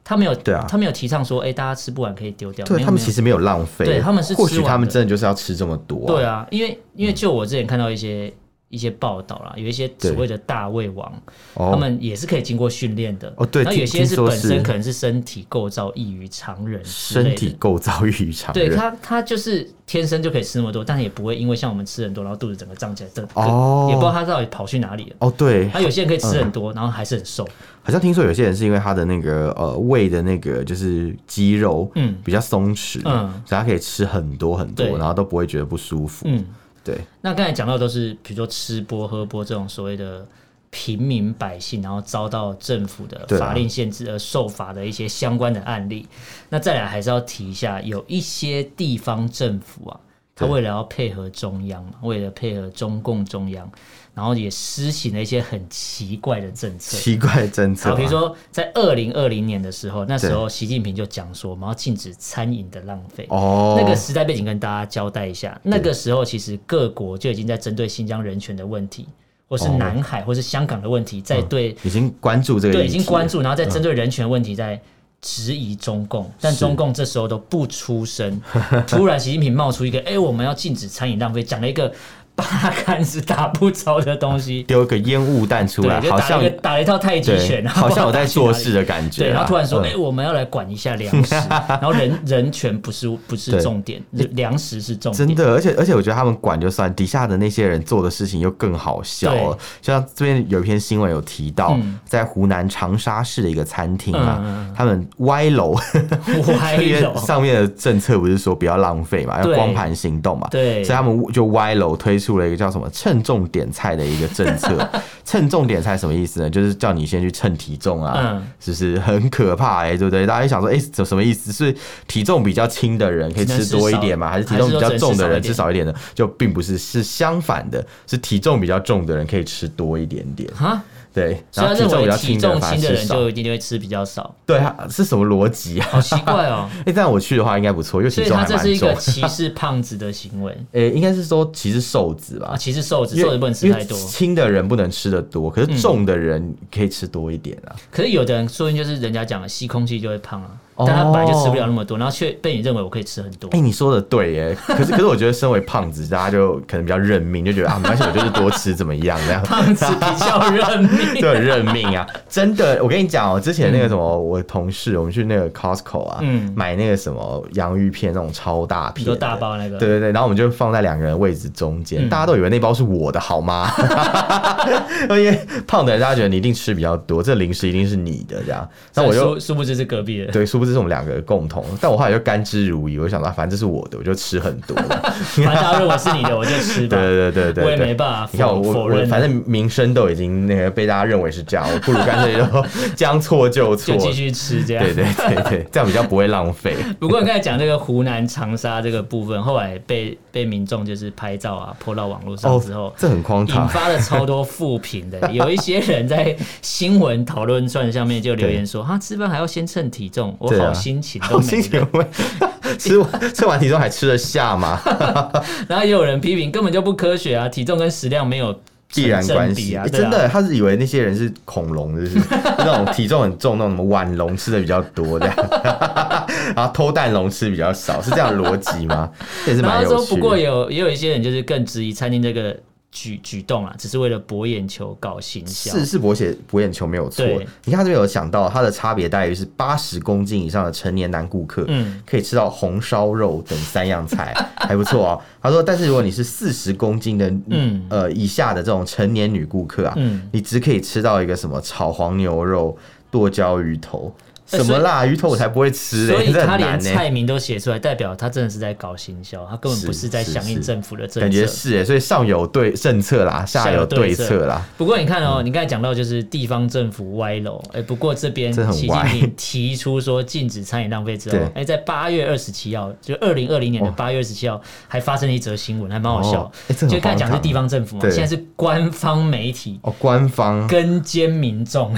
B: 他没有，
A: 对啊
B: 他没有提倡说，哎、大家吃不完可以丢掉。
A: 对
B: 没有
A: 他们
B: 没有
A: 其实没有浪费，
B: 对他们是
A: 或
B: 吃
A: 许
B: 完
A: 他们
B: 的
A: 真的就是要吃这么多、
B: 对，啊，因为
A: 嗯
B: 因为就我之前看到一些。一些报道啦，有一些所谓的大胃王，
A: 哦、
B: 他们也是可以经过训练的。
A: 哦对
B: 然后有
A: 听
B: 些是
A: 听说
B: 本身
A: 是
B: 可能是身体构造异于常人之
A: 身
B: 类的，
A: 体构造异常
B: 对
A: 人，
B: 他，他就是天生就可以吃那么多，但也不会因为像我们吃很多，然后肚子整个胀起来，这个
A: 哦
B: 也不知道他到底跑去哪里了。
A: 哦，对，
B: 他有些人可以吃很多，然后还是很瘦，
A: 好像听说有些人是因为他的那个呃胃的那个就是肌肉，
B: 嗯
A: 比较松弛，
B: 嗯
A: 所以他可以吃很多很多，
B: 对
A: 然后都不会觉得不舒服，
B: 嗯。
A: 对，
B: 那刚才讲到都是比如说吃播、喝播这种所谓的平民百姓，然后遭到政府的
A: 对啊
B: 法令限制而受罚的一些相关的案例。那再来还是要提一下，有一些地方政府啊，他
A: 对
B: 为了要配合中央嘛，为了配合中共中央，然后也施行了一些很奇怪的政策。
A: 奇怪的政策、啊
B: 好，比如，说在二零二零年的时候，那时候习近平就讲说，我们要禁止餐饮的浪费。
A: 哦，
B: 那个时代背景跟大家交代一下，那个时候其实各国就已经在针对新疆人权的问题，或是
A: 哦嗯
B: 南海，或是香港的问题，在对
A: 已经关注这个，
B: 对已经关，注，然后
A: 嗯
B: 在针对人权问题在质疑
A: *laughs*
B: 中共，但中共这时候都不出声。突然，习近平冒出一个，哎，我们要禁止餐饮浪费，讲了一个八竿子打不着的东西
A: *laughs* ，丢一个烟雾弹出来，
B: 对，就
A: 好
B: 打
A: 像
B: 了一个打了一套太极拳，
A: 对，
B: 然后
A: 好像有
B: 把
A: 在
B: 它打去哪
A: 做
B: 里
A: 事的感觉啊，
B: 对，然后突然说，
A: 嗯
B: 哎、我们要来管一下粮
A: *laughs*
B: 食，然后人人权不是不是
A: 对 *laughs*
B: 重点，粮食是重
A: 真
B: 点。
A: 的，而且而且我觉得他们管就算，底下的那些人做的事情又更好笑了。就像这边有一篇新闻有提到，
B: 嗯
A: 在湖南长沙市的一个餐厅啊，
B: 嗯
A: 他们歪楼，
B: *laughs* 歪
A: *laughs* 因为
B: 楼，
A: 上面的政策不是说不要浪费嘛，要
B: 对
A: 光盘行动嘛，
B: 对
A: 所以他们就歪楼推出了一个叫什么“称重点菜”的一个政
B: *laughs*
A: 策。称重点菜什么意思呢？就是叫你先去称体重啊，
B: 嗯
A: 是不是很可怕、欸？哎，对不对？大家就想说，哎、这什么意思？是体重比较轻的人可以
B: 只能
A: 吃
B: 吃
A: 多一
B: 少
A: 点吗？还是体
B: 还
A: 重
B: 是
A: 比
B: 说
A: 较
B: 只能
A: 重
B: 吃
A: 的
B: 少
A: 人
B: 一
A: 吃
B: 点
A: 少一点的？就并不是，是相反的，是体重比较重的人可以吃多一点点。
B: 啊，
A: 对，
B: 所以
A: 然
B: 他
A: 后体
B: 认
A: 重比
B: 为
A: 较
B: 体
A: 轻的
B: 重
A: 人反而
B: 轻的
A: 吃
B: 人
A: 少
B: 就一定会吃比较少，
A: 对啊，是什么逻辑啊？
B: 好奇
A: *laughs*
B: 怪哦。
A: 哎、但我去的话应该不错，因为
B: 所
A: 体
B: 以
A: 重
B: 他
A: 还
B: 这
A: 蛮
B: 是一
A: 重
B: 个。歧视胖子的行为
A: 呃、应该是说其实瘦子吧
B: 啊，，歧视瘦子，
A: 因
B: 瘦
A: 为
B: 子不能吃
A: 因为
B: 太多。嗯
A: 轻的人不能吃的多，可是重的人可以吃多一点啊。
B: 可是有的人说不定就是人家讲的吸空气就会胖啊，
A: 哦
B: 但他本来就吃不了那么多，然后却被你认为我可以吃很多
A: 哎、。你说的对耶，可是可是 *laughs* 我觉得身为胖子，大家就可能比较认命，就觉得啊，没关系，我就是多吃怎么样
B: *laughs*
A: 这样。
B: 胖子比较认
A: *laughs*
B: 命，
A: 就很认命啊！真的，我跟你讲哦、之前那个什么，我同事我们去那个 Costco 啊，
B: 嗯
A: 买那个什么洋芋片那种超大
B: 你
A: 片
B: 说
A: 的，
B: 大包那个，
A: 对对对，然后我们就放在两个人位置中间，
B: 嗯
A: 大家都以为那包是我的，好吗？ *laughs* 因为胖的人大家觉得你一定吃比较多，这零食一定是你的这样。那我就
B: 殊殊不知是隔壁的。
A: 对，殊不知是我们两个共同，但我后来就甘之如饴，我就想到反正这是我的，我就吃很
B: *laughs*
A: 多。
B: 反正大家认为是你的，我就吃吧。
A: 对对对对
B: 我也
A: 对
B: 没办法
A: 你看我
B: 否
A: 我
B: 否
A: 我
B: 认。
A: 反正名声都已经那个被大家认为是这样，我不如干脆就将错就错
B: 就。继续啊吃这样。
A: 对对对对，这样比较不会浪
B: *laughs*
A: 费。
B: 不过你刚才讲这个湖南长沙这个部分，后来被被民众就是拍照啊，泼到网络上之后。
A: 哦这很荒
B: 引
A: 唐。
B: 发了超多负评
A: *laughs*
B: 的，有一些人在新闻讨论串上面就留言说：“啊哈，吃饭还要先称体重，我
A: 对啊
B: 好心情
A: *laughs*
B: 都
A: 我心
B: 没了。
A: 情会 *laughs* 吃完吃完体重还吃得下吗？
B: 然后也有人批评根本就不科学啊，体重跟食量没有
A: 必然
B: 成
A: 关
B: 正比
A: 系、
B: 啊，
A: 欸
B: 对啊
A: 真的，他是以为那些人是恐龙，就是 *laughs* 那种体重很重，那种什么腕龙吃的比较多这样， *laughs* 然后偷蛋龙吃比较少，是这样的逻辑吗？这也是
B: 然
A: 蛮
B: 后
A: 有
B: 他说，
A: 趣的。
B: 不过有也有一些人就是更质疑餐厅这个举举动啊，只是为了博眼球搞行销。
A: 是是博写博眼球没有错
B: 对。
A: 你看他这边有讲到，它的差别待遇是八十公斤以上的成年男顾客，
B: 嗯
A: 可以吃到红烧肉等三样菜，还不错哦。他说，但是如果你是四十公斤的，
B: 嗯
A: 呃以下的这种成年女顾客啊，
B: 嗯
A: 你只可以吃到一个什么炒黄牛肉、剁椒鱼头。
B: 哎
A: 什么
B: 所以
A: 辣鱼头我才不会吃嘞、
B: 所以
A: 这
B: 他
A: 很
B: 连
A: 难呢、
B: 菜名都写出来，代表他真的是在搞行销，他根本不是在响应政府的政
A: 感觉
B: 策。
A: 是哎、所以上有对政策啦，下有对策啦，
B: 不过你看
A: 嗯
B: 哦，你刚才讲到就是地方政府歪楼，哎，不过这边
A: 这很
B: 习近
A: 歪
B: 平提出说禁止餐饮浪费之后
A: 对，
B: 哎，在八月二十七号，就二零二零年的
A: 哦
B: 八月二十七号，还发生了一则新闻，还蛮好笑
A: 哦。哎这很
B: 就刚才讲
A: 荒
B: 的是
A: 唐
B: 地方政府嘛，
A: 对
B: 现在是官方媒体 *laughs*
A: 哦，官方
B: 跟监民众，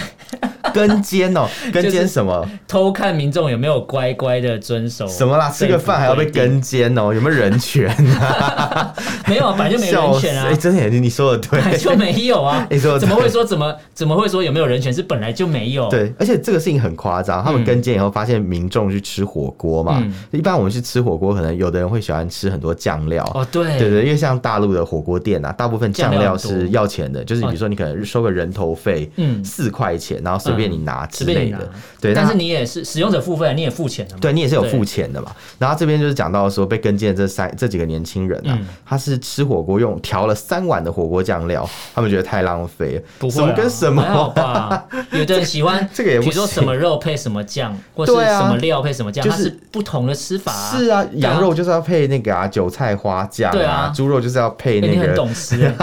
A: 跟监
B: *laughs*
A: 哦，跟
B: 就是
A: 监什么？
B: 偷看民众有没有乖乖的遵守
A: 什么啦？吃个饭还要被
B: 政
A: 跟监哦？有没有人权啊？
B: 府规定？没有，啊，本来就 *laughs* 没
A: *laughs* 笑
B: 人
A: 死！
B: 权
A: 哎、
B: 啊，
A: 真的耶，你说的对
B: 本。
A: *laughs*，
B: 来就没有啊
A: 你说的
B: 怎么
A: 对
B: 会说怎么怎么会说有没有人权是本来就没有？
A: 对，而且这个事情很夸张。他们跟监以后，发现民众去吃火锅嘛，
B: 嗯
A: 一般我们去吃火锅，可能有的人会喜欢吃很多酱料。
B: 哦，对
A: 对对，因为像大陆的火锅店啊，大部分酱料
B: 酱料
A: 是
B: 很多
A: 要钱的，就是比如说你可能收个人头费，
B: 嗯
A: 四块钱，然后随便你拿之
B: 随便
A: 类
B: 你拿
A: 的。对，
B: 但
A: 那
B: 是你也是使用者付费，啊你也付钱了嘛？
A: 对你也是有付钱的嘛。然后这边就是讲到说，被跟进的这三这几个年轻人啊，
B: 嗯
A: 他是吃火锅用调了三碗的火锅酱料，他们觉得太浪费了，
B: 不会
A: 什
B: 啊
A: 么跟什么
B: 还好吧？
A: *laughs*
B: 有的人喜欢
A: 这个也不
B: 比如说
A: 行
B: 什么肉配什么酱，或是
A: 对啊
B: 什么料配什么酱，
A: 就
B: 它
A: 是
B: 是不同的吃法啊。
A: 是啊，羊肉就是要配那个啊韭菜花酱
B: 对
A: 啊
B: 啊，
A: 猪肉就是要配
B: 哎，
A: 那
B: 你很
A: 个
B: 懂吃欸，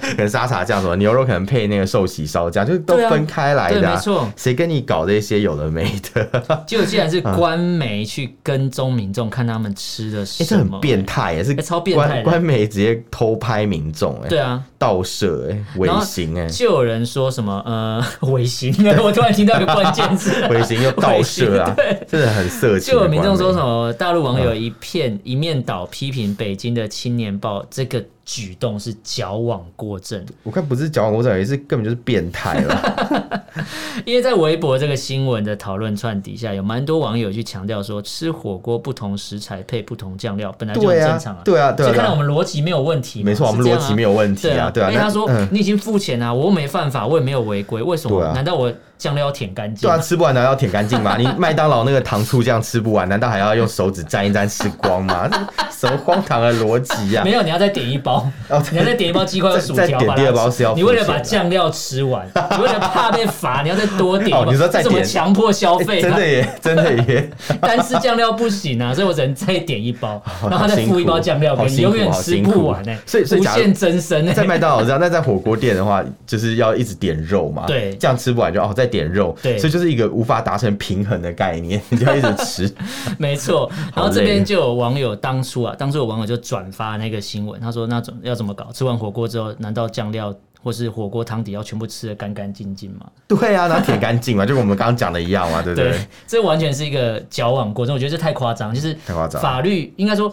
A: 可能沙茶酱什么，牛肉可能配那个寿喜烧酱，就是都
B: 对啊
A: 分开来的、
B: 对没
A: *laughs*
B: 错
A: 谁跟你搞这些有的没
B: *laughs*
A: 的？哎
B: 就既然是
A: 嗯
B: 官媒去跟踪民众，看他们吃的什
A: 哎、
B: 么，
A: 这很变态耶，是
B: 哎超变态
A: 官
B: 的
A: 官媒直接偷拍民众，哎，
B: 对啊，
A: 盗摄，哎，违
B: 然后
A: 刑，哎，
B: 就有人说什么呃违刑，我突然听到一个关键
A: *laughs*，
B: 字
A: 违刑又盗摄啊
B: 违刑对，
A: 真的很色情啊的
B: 就有
A: 官媒。
B: 民众说什么，大陆网
A: 嗯
B: 友一片一面倒批评北京的《青年报》这个举动是矫枉过正，
A: 我看不是矫枉过正，而是根本就是变态
B: *laughs*
A: 了。
B: 因为在微博这个新闻的讨论串底下，有蛮多网友去强调说，吃火锅不同食材配不同酱料本来就很
A: 对啊
B: 正常
A: 对啊对啊
B: 所以看来
A: 对
B: 我
A: 啊
B: 们逻辑没有问题嘛，
A: 没错，我
B: 是
A: 们
B: 这
A: 逻
B: 样啊
A: 辑没有问题
B: 对
A: 啊，对啊。
B: 因为
A: 那
B: 他说、
A: 嗯
B: 你已经付钱啊，我又没犯法，我也没有违规，为什么？
A: 对啊
B: 难道我酱料要舔干净
A: 对
B: 吗？
A: 啊，吃不完难道要舔干净
B: *laughs*
A: 吗？你麦当劳那个糖醋酱吃不完，难道还要用手指沾一沾吃光吗？ *laughs* 这什么荒唐的逻辑呀
B: *laughs* 没！有，你要再点一包，
A: 哦
B: 你要再点一包鸡块和薯
A: 再
B: 条，
A: 点
B: 把它
A: 第二包是要付
B: 你为了把
A: 钱的
B: 酱料
A: *laughs*
B: 吃完，你为了怕被罚，你要再多点一包。
A: 哦你说再
B: 这怎么
A: 点
B: 强迫消费、
A: 欸
B: 啊？
A: 真的耶，真的耶， *laughs*
B: 单吃酱料不行啊，所以我只能再点一包，
A: 好
B: 然后再付一包酱料给
A: 好
B: 你，
A: 辛苦
B: 永远吃不完呢、欸
A: 好辛苦所以所以
B: 无
A: 假如
B: 限增生呢、欸
A: 在麦当劳这样，那在火锅店的话，就是要一直点肉嘛，
B: 对
A: 这样吃不完就哦再点肉，
B: 对
A: 所以就是一个无法达成平衡的概念， *laughs* 你就要一直吃，
B: *laughs* 没错，然
A: 好
B: 后
A: 累
B: 这边就有网友当初啊，当初有网友就转发那个新闻，他说那怎要怎么搞？吃完火锅之后，难道酱料或是火锅汤底要全部吃的干干净净嘛。
A: *laughs* 对啊，拿铁干净嘛，就跟我们刚刚讲的一样嘛，对不对？，
B: *laughs* 这完全是一个矫枉过正，我觉得这太夸张，就是
A: 太夸张了
B: 法律应该说。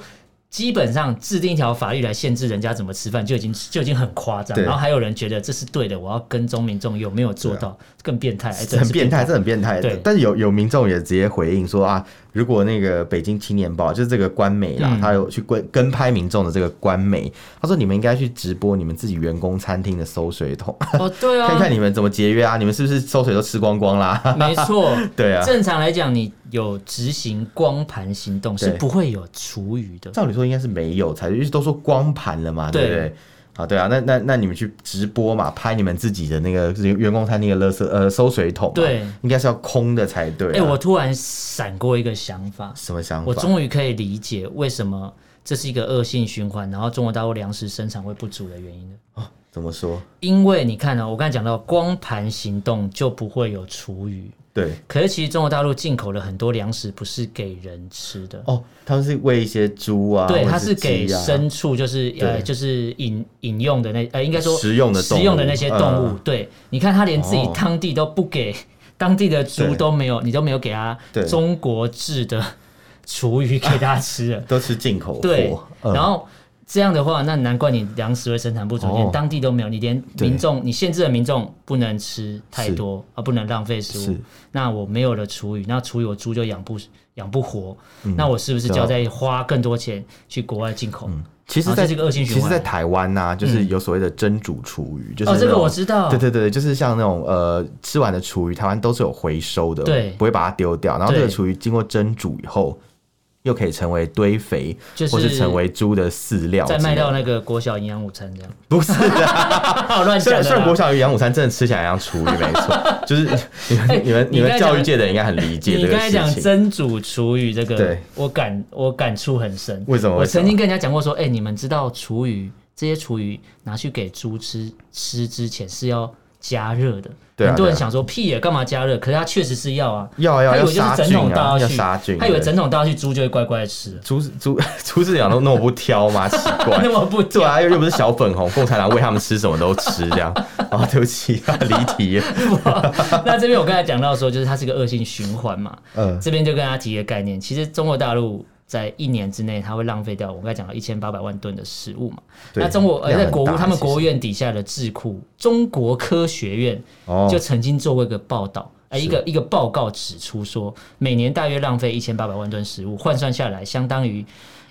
B: 基本上制定一条法律来限制人家怎么吃饭，就已经就已经很夸张。
A: 对
B: 然后还有人觉得这是对的，我要跟踪民众有没有做到，更变态，哎
A: 这啊很变态，。这很变态
B: 对。
A: 但是有有民众也直接回应说啊，如果那个北京青年报就是这个官媒啦，
B: 嗯
A: 他有去跟跟拍民众的这个官媒，他说你们应该去直播你们自己员工餐厅的收水桶， *laughs*
B: 这很哦，对啊，
A: 看看你们怎么节约啊，你们是不是收水都吃光光啦？ *laughs*
B: 没错，
A: 对啊，
B: 正常来讲，你有执行光盘行动是
A: 对啊
B: 不会有厨余的。
A: 照理说应该是没有才对，因为都说光盘了嘛，
B: 对
A: 对不对？啊，对啊，那那那你们去直播嘛，拍你们自己的那个员工餐厅的垃圾呃收水桶嘛，
B: 对
A: 应该是要空的才对、啊。
B: 哎、我突然闪过一个想法，
A: 什么想法？
B: 我终于可以理解为什么这是一个恶性循环，然后中国大陆粮食生产会不足的原因了。
A: 怎么说？
B: 因为你看呢、哦我刚才讲到光盘行动就不会有厨余，
A: 对，
B: 可是其实中国大陆进口了很多粮食不是给人吃的，
A: 哦，他们是喂一些猪啊，
B: 对，
A: 或者
B: 它是给
A: 鸡啊
B: 牲畜，就是呃，
A: 对
B: 就是饮饮用的那呃，应该说
A: 食用的动
B: 食用的
A: 物
B: 那些动物
A: 嗯。
B: 对，你看它连自己
A: 哦
B: 当地都不给，当地的猪
A: 对
B: 都没有，你都没有给它
A: 对
B: 中国制的厨余给它吃了。
A: 都吃进口货，
B: 对，
A: 嗯
B: 然后这样的话，那难怪你粮食会生产不足，连
A: 哦
B: 当地都没有，你连
A: 对
B: 民众，你限制了民众不能吃太多啊，不能浪费食物
A: 是。
B: 那我没有了厨余，那厨余我猪就养不养不活，
A: 嗯
B: 那我是不是
A: 啊
B: 就要再花更多钱去国外进口？
A: 其实
B: 啊
A: 在
B: 这是一个恶性循环嗯
A: 其实，在台湾呐、就是有所谓的蒸煮厨余，就是
B: 哦，这
A: 那
B: 个
A: 种
B: 我知道，
A: 对对对，就是像那种呃吃完的厨余，台湾都是有回收的，
B: 对
A: 不会把它丢掉。然后
B: 对
A: 这个厨余经过蒸煮以后，又可以成为堆肥，
B: 就是
A: 或是成为猪的饲料之类
B: 再
A: 的，
B: 卖到那个国小营养午餐
A: *laughs*
B: 这样，
A: 不是的。*laughs*
B: 乱
A: 虽
B: 讲
A: 然虽
B: 的
A: 然
B: 啦
A: 国。小营养午餐真的吃起来像厨余，没
B: *laughs*
A: 错，就是你们、你们
B: 哎你
A: 你
B: 刚
A: 们
B: 才讲
A: 教育界的人应该很理解
B: 你
A: 这
B: 刚
A: 个
B: 才讲
A: 事情。
B: 蒸煮厨余这个
A: 对，
B: 我感我感触很深。
A: 为什么
B: 我
A: 为什么
B: 曾经跟人家讲过说，哎、你们知道厨余这些厨余拿去给猪吃吃之前是要加热的。
A: 对啊
B: 很多人
A: 对啊
B: 想说屁耶，干嘛加热？可是它确实是要啊，
A: 要啊要啊
B: 他以
A: 要
B: 为就是
A: 杀
B: 整
A: 菌
B: 桶
A: 啊，
B: 倒
A: 要
B: 下去，
A: 杀菌。
B: 他以为
A: 对
B: 整桶倒下去，猪就会乖乖
A: *laughs*
B: 的吃了，
A: 厨师厨厨师长都那么不挑
B: *laughs*
A: 吗？奇怪，
B: 那么不
A: 对啊，又又不是小粉红，共产党喂他们吃什么都吃这样。 *laughs* 啊，对不起，啊，离题了。
B: 那这边我刚才讲到说，就是它是个恶性循环嘛。
A: 嗯
B: 这边就跟大家提一个概念，其实中国大陆在一年之内，它会浪费掉我刚才讲到一千八百万吨的食物嘛。
A: 对
B: *laughs* 那中国呃，
A: 量很
B: 在国务
A: 大
B: 他们
A: 其实
B: 国务院底下的智库中国科学院
A: 哦
B: 就曾经做过一个报道。呃，一个一个报告指出说，每年大约浪费一千八百万吨食物，换算下来相当于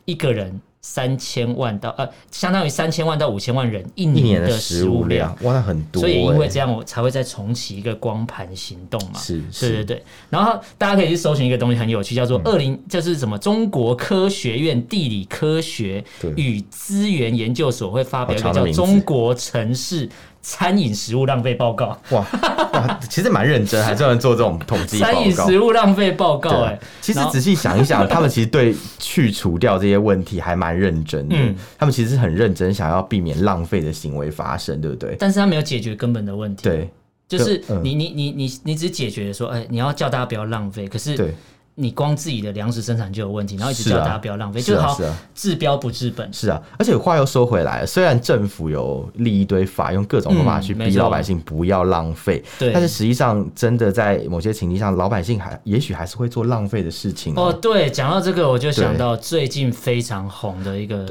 B: 一个人三千万到呃，相当于三千万到五千万人一
A: 一
B: 年
A: 年的
B: 的
A: 食
B: 食
A: 物
B: 物量
A: 量。，哇，那很多、欸。
B: 所以因为这样，我才会再重启一个光盘行动嘛。
A: 是
B: 对
A: 是嗯
B: 对对。然后大家可以去搜寻一个东西，很有趣，叫做“二零”，就是什么中国科学院地理科学
A: 对
B: 与资源研究所会发表一个
A: 好长
B: 叫
A: 的
B: 《
A: 名字
B: 中国城市餐饮食物浪费报告
A: 哇哇，其实蛮认真，还专门做这种统”，计
B: *laughs*
A: 报
B: 餐饮
A: 告。
B: 食物浪费报告、
A: 对
B: 哎，
A: 其实
B: 然后
A: 仔细想一
B: *laughs*
A: 想，他们其实对去除掉这些问题还蛮认真的。
B: 嗯
A: 他们其实很认真，想要避免浪费的行为发生，对不对？
B: 但是它没有解决根本的问题。。
A: 对
B: 就是
A: 嗯
B: 你你你你你只解决说，哎，你要叫大家不要浪费，可是
A: 对，
B: 你光自己的粮食生产就有问题，然后一直
A: 是
B: 叫
A: 啊
B: 大家不要浪费，
A: 是
B: 就
A: 啊
B: 好
A: 是啊
B: 治标不治本。
A: 是啊，而且话又说回来，虽然政府有立一堆法，用各种方法去
B: 嗯没
A: 逼
B: 错
A: 老百姓不要浪费，
B: 对
A: 但是实际上真的在某些情境上，老百姓还也许还是会做浪费的事情
B: 哦，
A: 哦。
B: 对，讲到这个，我就想
A: 对
B: 到最近非常红的一个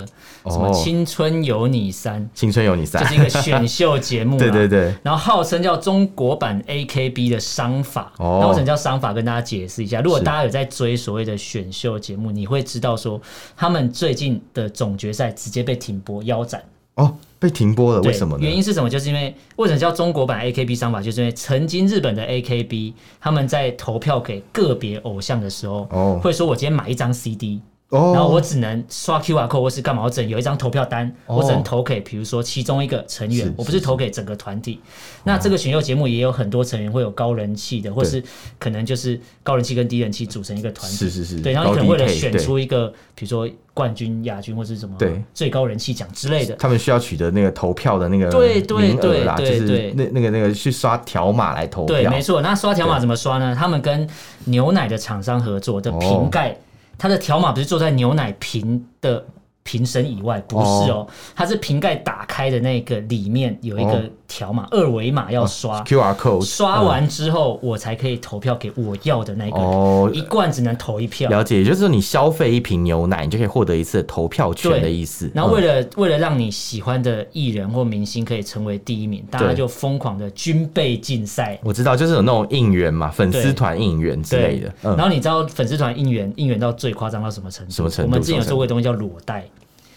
B: 什么
A: 哦
B: 《青春有你三》，
A: *laughs* 青春有你
B: 这
A: 三
B: 是一，个选秀节目啦，
A: 对对对
B: 然后号称叫中国版 AKB 的商法，
A: 哦
B: 那为什么叫商法？跟大家解释一下，如果
A: 是
B: 大家有在追所谓的选秀节目，你会知道说他们最近的总决赛直接被停播腰斩。
A: 哦，被停播了，
B: 对
A: 为什么呢？
B: 原因是什么？就是因为为什么叫中国版 AKB 商法，就是因为曾经日本的 AKB 他们在投票给个别偶像的时候，
A: 哦
B: 会说我今天买一张 CD，、
A: 哦，
B: 然后我只能刷 QR code 或是干嘛，我只能有一张投票单，
A: 哦
B: 我只能投给比如说其中一个成员
A: 是，
B: 我不是投给整个团体。那这个选秀节目也有很多成员会有高人气的，或是可能就是高人气跟低人气组成一个团体。
A: 是是是，
B: 对，然后你可能
A: 高
B: 为
A: 低
B: 了
A: 配
B: 选
A: 对
B: 出一个，比如说冠军、亚军或是什么
A: 对
B: 最高人气奖之类的，
A: 他们需要取得那个投票的那个
B: 对对
A: 名额啦，就
B: 对对
A: 是
B: 对
A: 那那个那个去刷条码来投
B: 对，
A: 票
B: 没，错。那刷条码
A: 对
B: 怎么刷呢？他们跟牛奶的厂商合作的
A: 哦
B: 瓶盖，它的条码不是坐在牛奶瓶的瓶身以外，不是哦，它是瓶盖打开的那个里面有一个
A: 哦
B: 条码、二维码要刷。
A: QR code
B: 刷
A: 嗯
B: 完之后，我才可以投票给我要的那个人。
A: 哦
B: 一罐只能投一票。
A: 了解，也就是说你消费一瓶牛奶，你就可以获得一次投票权
B: 对
A: 的意思。
B: 然后
A: 嗯
B: 为了、为了让你喜欢的艺人或明星可以成为第一名，大家
A: 对
B: 就疯狂的军备竞赛。
A: 我知道，就是有那种应援嘛，粉丝团应援之类的。
B: 然
A: 嗯，
B: 后你知道粉丝团应援应援到最夸张到什么程度？
A: 什么程度
B: 我们之前有做过一个东西叫裸贷，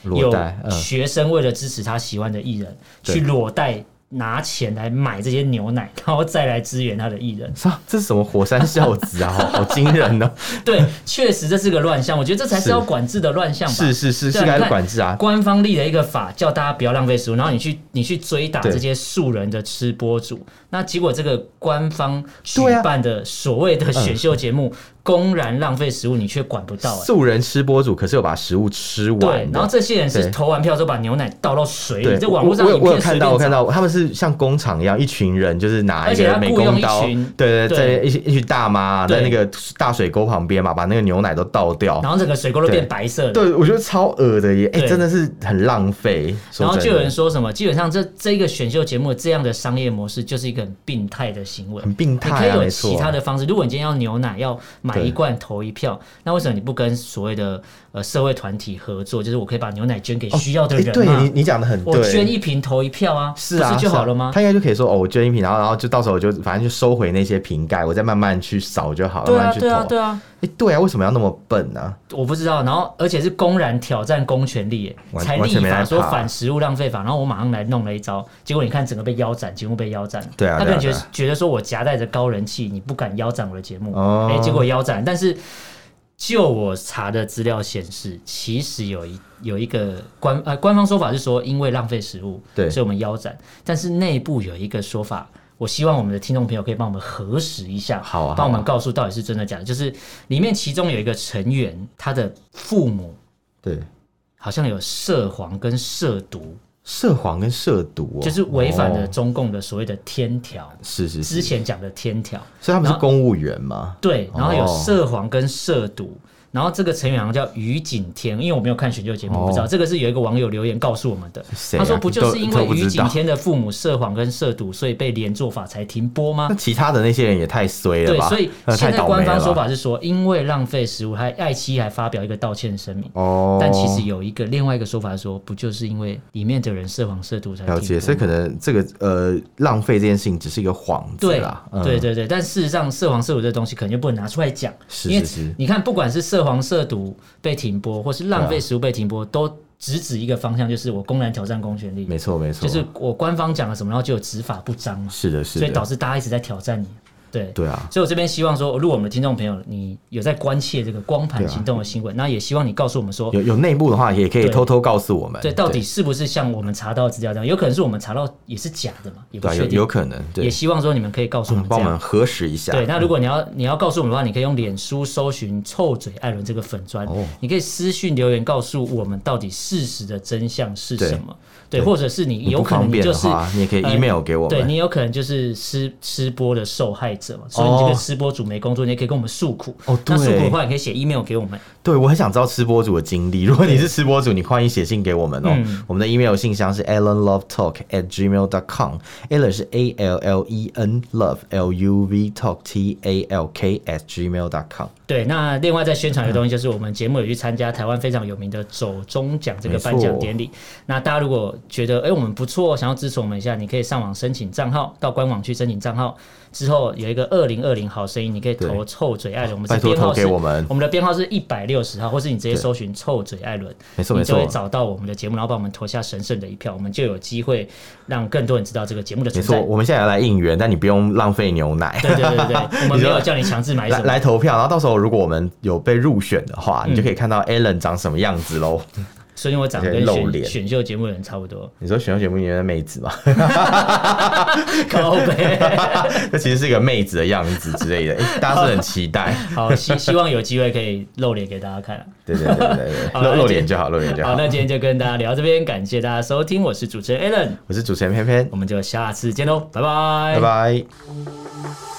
A: 裸带，
B: 有
A: 嗯，
B: 学生为了支持他喜欢的艺人，
A: 对
B: 去裸贷拿钱来买这些牛奶，然后再来支援他的艺人。
A: *laughs* 啥？这是什么火山孝
B: *laughs*
A: 子啊？好好惊人哦！
B: 对，确实这是个乱象，我觉得这才是
A: 是
B: 要管制的乱象吧。
A: 是是是，
B: 对
A: 是该
B: 你看
A: 管制啊。
B: 官方立了一个法，叫大家不要浪费食物，然后你去你去追打
A: 嗯对
B: 这些素人的吃播主，那结果这个官方举
A: 对啊嗯
B: 办的所谓的选秀节目，公然浪费食物，你却管不到、哎
A: 素人吃播主可是有把食物吃
B: 对
A: 完，
B: 然后
A: 的。
B: 这些人是
A: 对
B: 投完票之后把牛奶倒到水里，
A: 对，
B: 在哎网络上
A: 我我
B: 影
A: 有我有
B: 片
A: 看
B: 随
A: 到，
B: 便
A: 我看
B: 找。
A: 到他们是像工厂一样，一群人就是拿
B: 而
A: 一
B: 且他
A: 个美
B: 雇佣
A: 工
B: 一
A: 刀
B: 群，
A: 对对，
B: 对
A: 在一群一群大妈
B: 对
A: 在那个大水沟旁边嘛，把那个牛奶都倒掉
B: 然。后整个水沟都
A: 对
B: 变白色的，
A: 对，我觉得超恶的耶，哎、
B: 对
A: 真的是很浪费。说
B: 然后
A: 真
B: 就有
A: 的
B: 人说什么，基本上这这个选秀节目这样的商业模式就是一个很病态的行为，
A: 很病态、啊，
B: 你可以有
A: 没错
B: 其他的方式。如果你今天要牛奶，要买
A: 对
B: 一罐投一票，那为什么你不跟所谓的呃社会团体合作？就是我可以把牛奶捐给需要的
A: 哎
B: 人
A: 对
B: 嘛，
A: 你你讲的很对，
B: 我捐一瓶投一票啊，
A: 是啊，
B: 不是就是
A: 啊
B: 好了吗？
A: 他应该就可以说哦，我捐一瓶，然后然后就到时候我就反正就收回那些瓶盖，我再慢慢去扫就好了，
B: 对
A: 慢
B: 啊，
A: 慢去投。
B: 对啊，对啊，
A: 哎对啊，为什么要那么笨呢、啊
B: 我不知道。然后而且是公然挑战公权力耶，
A: 完
B: 才
A: 完
B: 立
A: 全没
B: 法
A: 在
B: 说
A: 怕
B: 反食物浪费法，然后我马上来弄了一招，结果你看整个被腰斩，节目被腰斩。
A: 对啊
B: 他可能觉
A: 对啊
B: 得
A: 对
B: 觉得说我夹带着高人气，你不敢腰斩我的节目，
A: 哦
B: 哎，结果腰斩，但是。就我查的资料显示，其实有一有一个官呃官方说法是说，因为浪费食物，
A: 对
B: 所以我们腰斩。但是内部有一个说法，我希望我们的听众朋友可以帮我们核实一下，
A: 好啊
B: 帮
A: 好
B: 我们
A: 啊
B: 告诉到底是真的假的。就是里面其中有一个成员，他的父母
A: 对，
B: 好像有涉黄跟涉毒，
A: 涉黄跟涉毒、哦，
B: 就是违反了
A: 哦
B: 中共的所谓的天条，
A: 是是
B: 之
A: 是，
B: 前讲的天条。
A: 所以他们
B: 然
A: 是
B: 后
A: 公务员嘛？
B: 对，然后有
A: 哦
B: 涉黄跟涉毒。然后这个成员好像叫于景天，因为我没有看选秀节目，我不知道。
A: 哦
B: 这个是有一个网友留言告诉我们的，
A: 谁啊
B: 他说不就是因为
A: 都都不知
B: 于
A: 道
B: 景天的父母涉黄跟涉毒，所以被连坐法才停播吗
A: 那？其他的那些人也太衰了
B: 对，
A: 吧？
B: 所以
A: 呃
B: 现
A: 太
B: 在
A: 倒
B: 官
A: 霉
B: 方说
A: 了吧。
B: 法是说，因为浪费食物，还爱奇艺还发表一个道歉声明。
A: 哦，
B: 但其实有一个另外一个说法说，不就是因为里面的人涉黄涉毒才
A: 了
B: 停
A: 解，
B: 播
A: 所以可能这个呃浪费这件事情只是一个幌子
B: 对
A: 啦。嗯
B: 对对对，但事实上涉黄涉毒这东西可能就不能拿出来讲，
A: 是
B: 因为
A: 是是
B: 你看，不管是涉黄涉毒被停播，或是浪
A: 对
B: 费
A: 啊
B: 食物被停播，都直指一个方向，就是我公然挑战公权力，
A: 没错没错，
B: 就是我官方讲了什么，然后就有执法不彰嘛，
A: 是的是
B: 所以导
A: 的，
B: 致大家一直在挑战你，对
A: 对啊，
B: 所以我这边希望说，如果我们的听众朋友你有在关切这个光盘
A: 对啊
B: 行动的新闻，那也希望你告诉我们说。
A: 有有内部的话也可以
B: 对
A: 偷偷告诉我们，
B: 对，到底是不是像我们查到的资料这样？有可能是我们查到也是假的嘛，也不
A: 对啊
B: 确
A: 有
B: 定。
A: 有可能对嗯
B: 也，希望说你们可以告诉我们这
A: 帮我
B: 样。
A: 们嗯核实一下。
B: 对，那如果你要你要告诉我们的话，你可以用脸书搜寻“臭嘴艾伦”这个粉砖，
A: 哦
B: 你可以私讯留言告诉我们到底事实的真相是
A: 对
B: 什么。对，
A: 对
B: 或者是你
A: 你
B: 有
A: 不
B: 可能
A: 方便
B: 就
A: 的
B: 是
A: 话，你也可以
B: 呃
A: email 给我
B: 对
A: 们。
B: 你有可能就是吃吃播的受害者嘛，所以你这个
A: 哦
B: 吃播主没工作，你也可以跟我们诉苦。
A: 哦
B: 那诉
A: 对
B: 苦的话，你可以写 email 给我们。
A: 对，我很想知道吃播主的经历。 *laughs* 如果你是吃播主，你欢迎写信给我们哦。
B: 嗯
A: 我们的 email 信箱是 allenlovetalk at gmail dot com。allen 是 a l l e n love l u v talk t a l k at gmail dot com。
B: 对，那另外在宣传的东西就是我们节目有去参加台湾非常有名的走中奖这个颁奖典礼。那大家如果觉得哎、诶我们不错，想要支持我们一下，你可以上网申请账号，到官网去申请账号。之后有一个二零二零好声音，你可以投
A: 对
B: 臭嘴艾伦，我们是
A: 拜托
B: 编号
A: 投给
B: 是
A: 我们
B: 我们的编号是一百六十号，或是你直接搜寻臭嘴艾伦，
A: 没错
B: 你就会
A: 没错
B: 找到我们的节目，然后帮我们投下神圣的一票，我们就有机会让更多人知道这个节目的
A: 没
B: 存
A: 错，
B: 在。
A: 我们现在要来应援，但你不用浪费牛奶。
B: 对对对对对，我们没有叫 *laughs* 你强制买什
A: *laughs* 来
B: 么。
A: 来投票，然后到时候如果我们有被入选的
B: 嗯
A: 话，你就可以看到 Allen 长什么样子
B: *laughs*
A: 喽。
B: 所以我长得
A: 有
B: 跟
A: 点露
B: 选
A: 脸
B: 选秀节目的人差不多，
A: 你说选秀节目里面的妹子吗？ *laughs*
B: *laughs* 靠背。
A: 那其实是一个妹子的样子之类的，诶大家是不是很期
B: *laughs*
A: 待。
B: 好，希希望有机会可以露脸给大家看啊、
A: 对对对对对
B: 好
A: 对，啊
B: 那
A: 露露
B: 今
A: 脸就好，露脸就
B: 好，
A: 好。
B: 那今天就跟大家聊到这边，感谢大家收听，我是主持人 Alan，
A: 我是主持人偏偏
B: 我，们就下次见喽，拜拜，
A: 拜
C: Hãy subscribe cho kênh Ghiền Mì
A: 拜。
C: Gõ Để không bỏ lỡ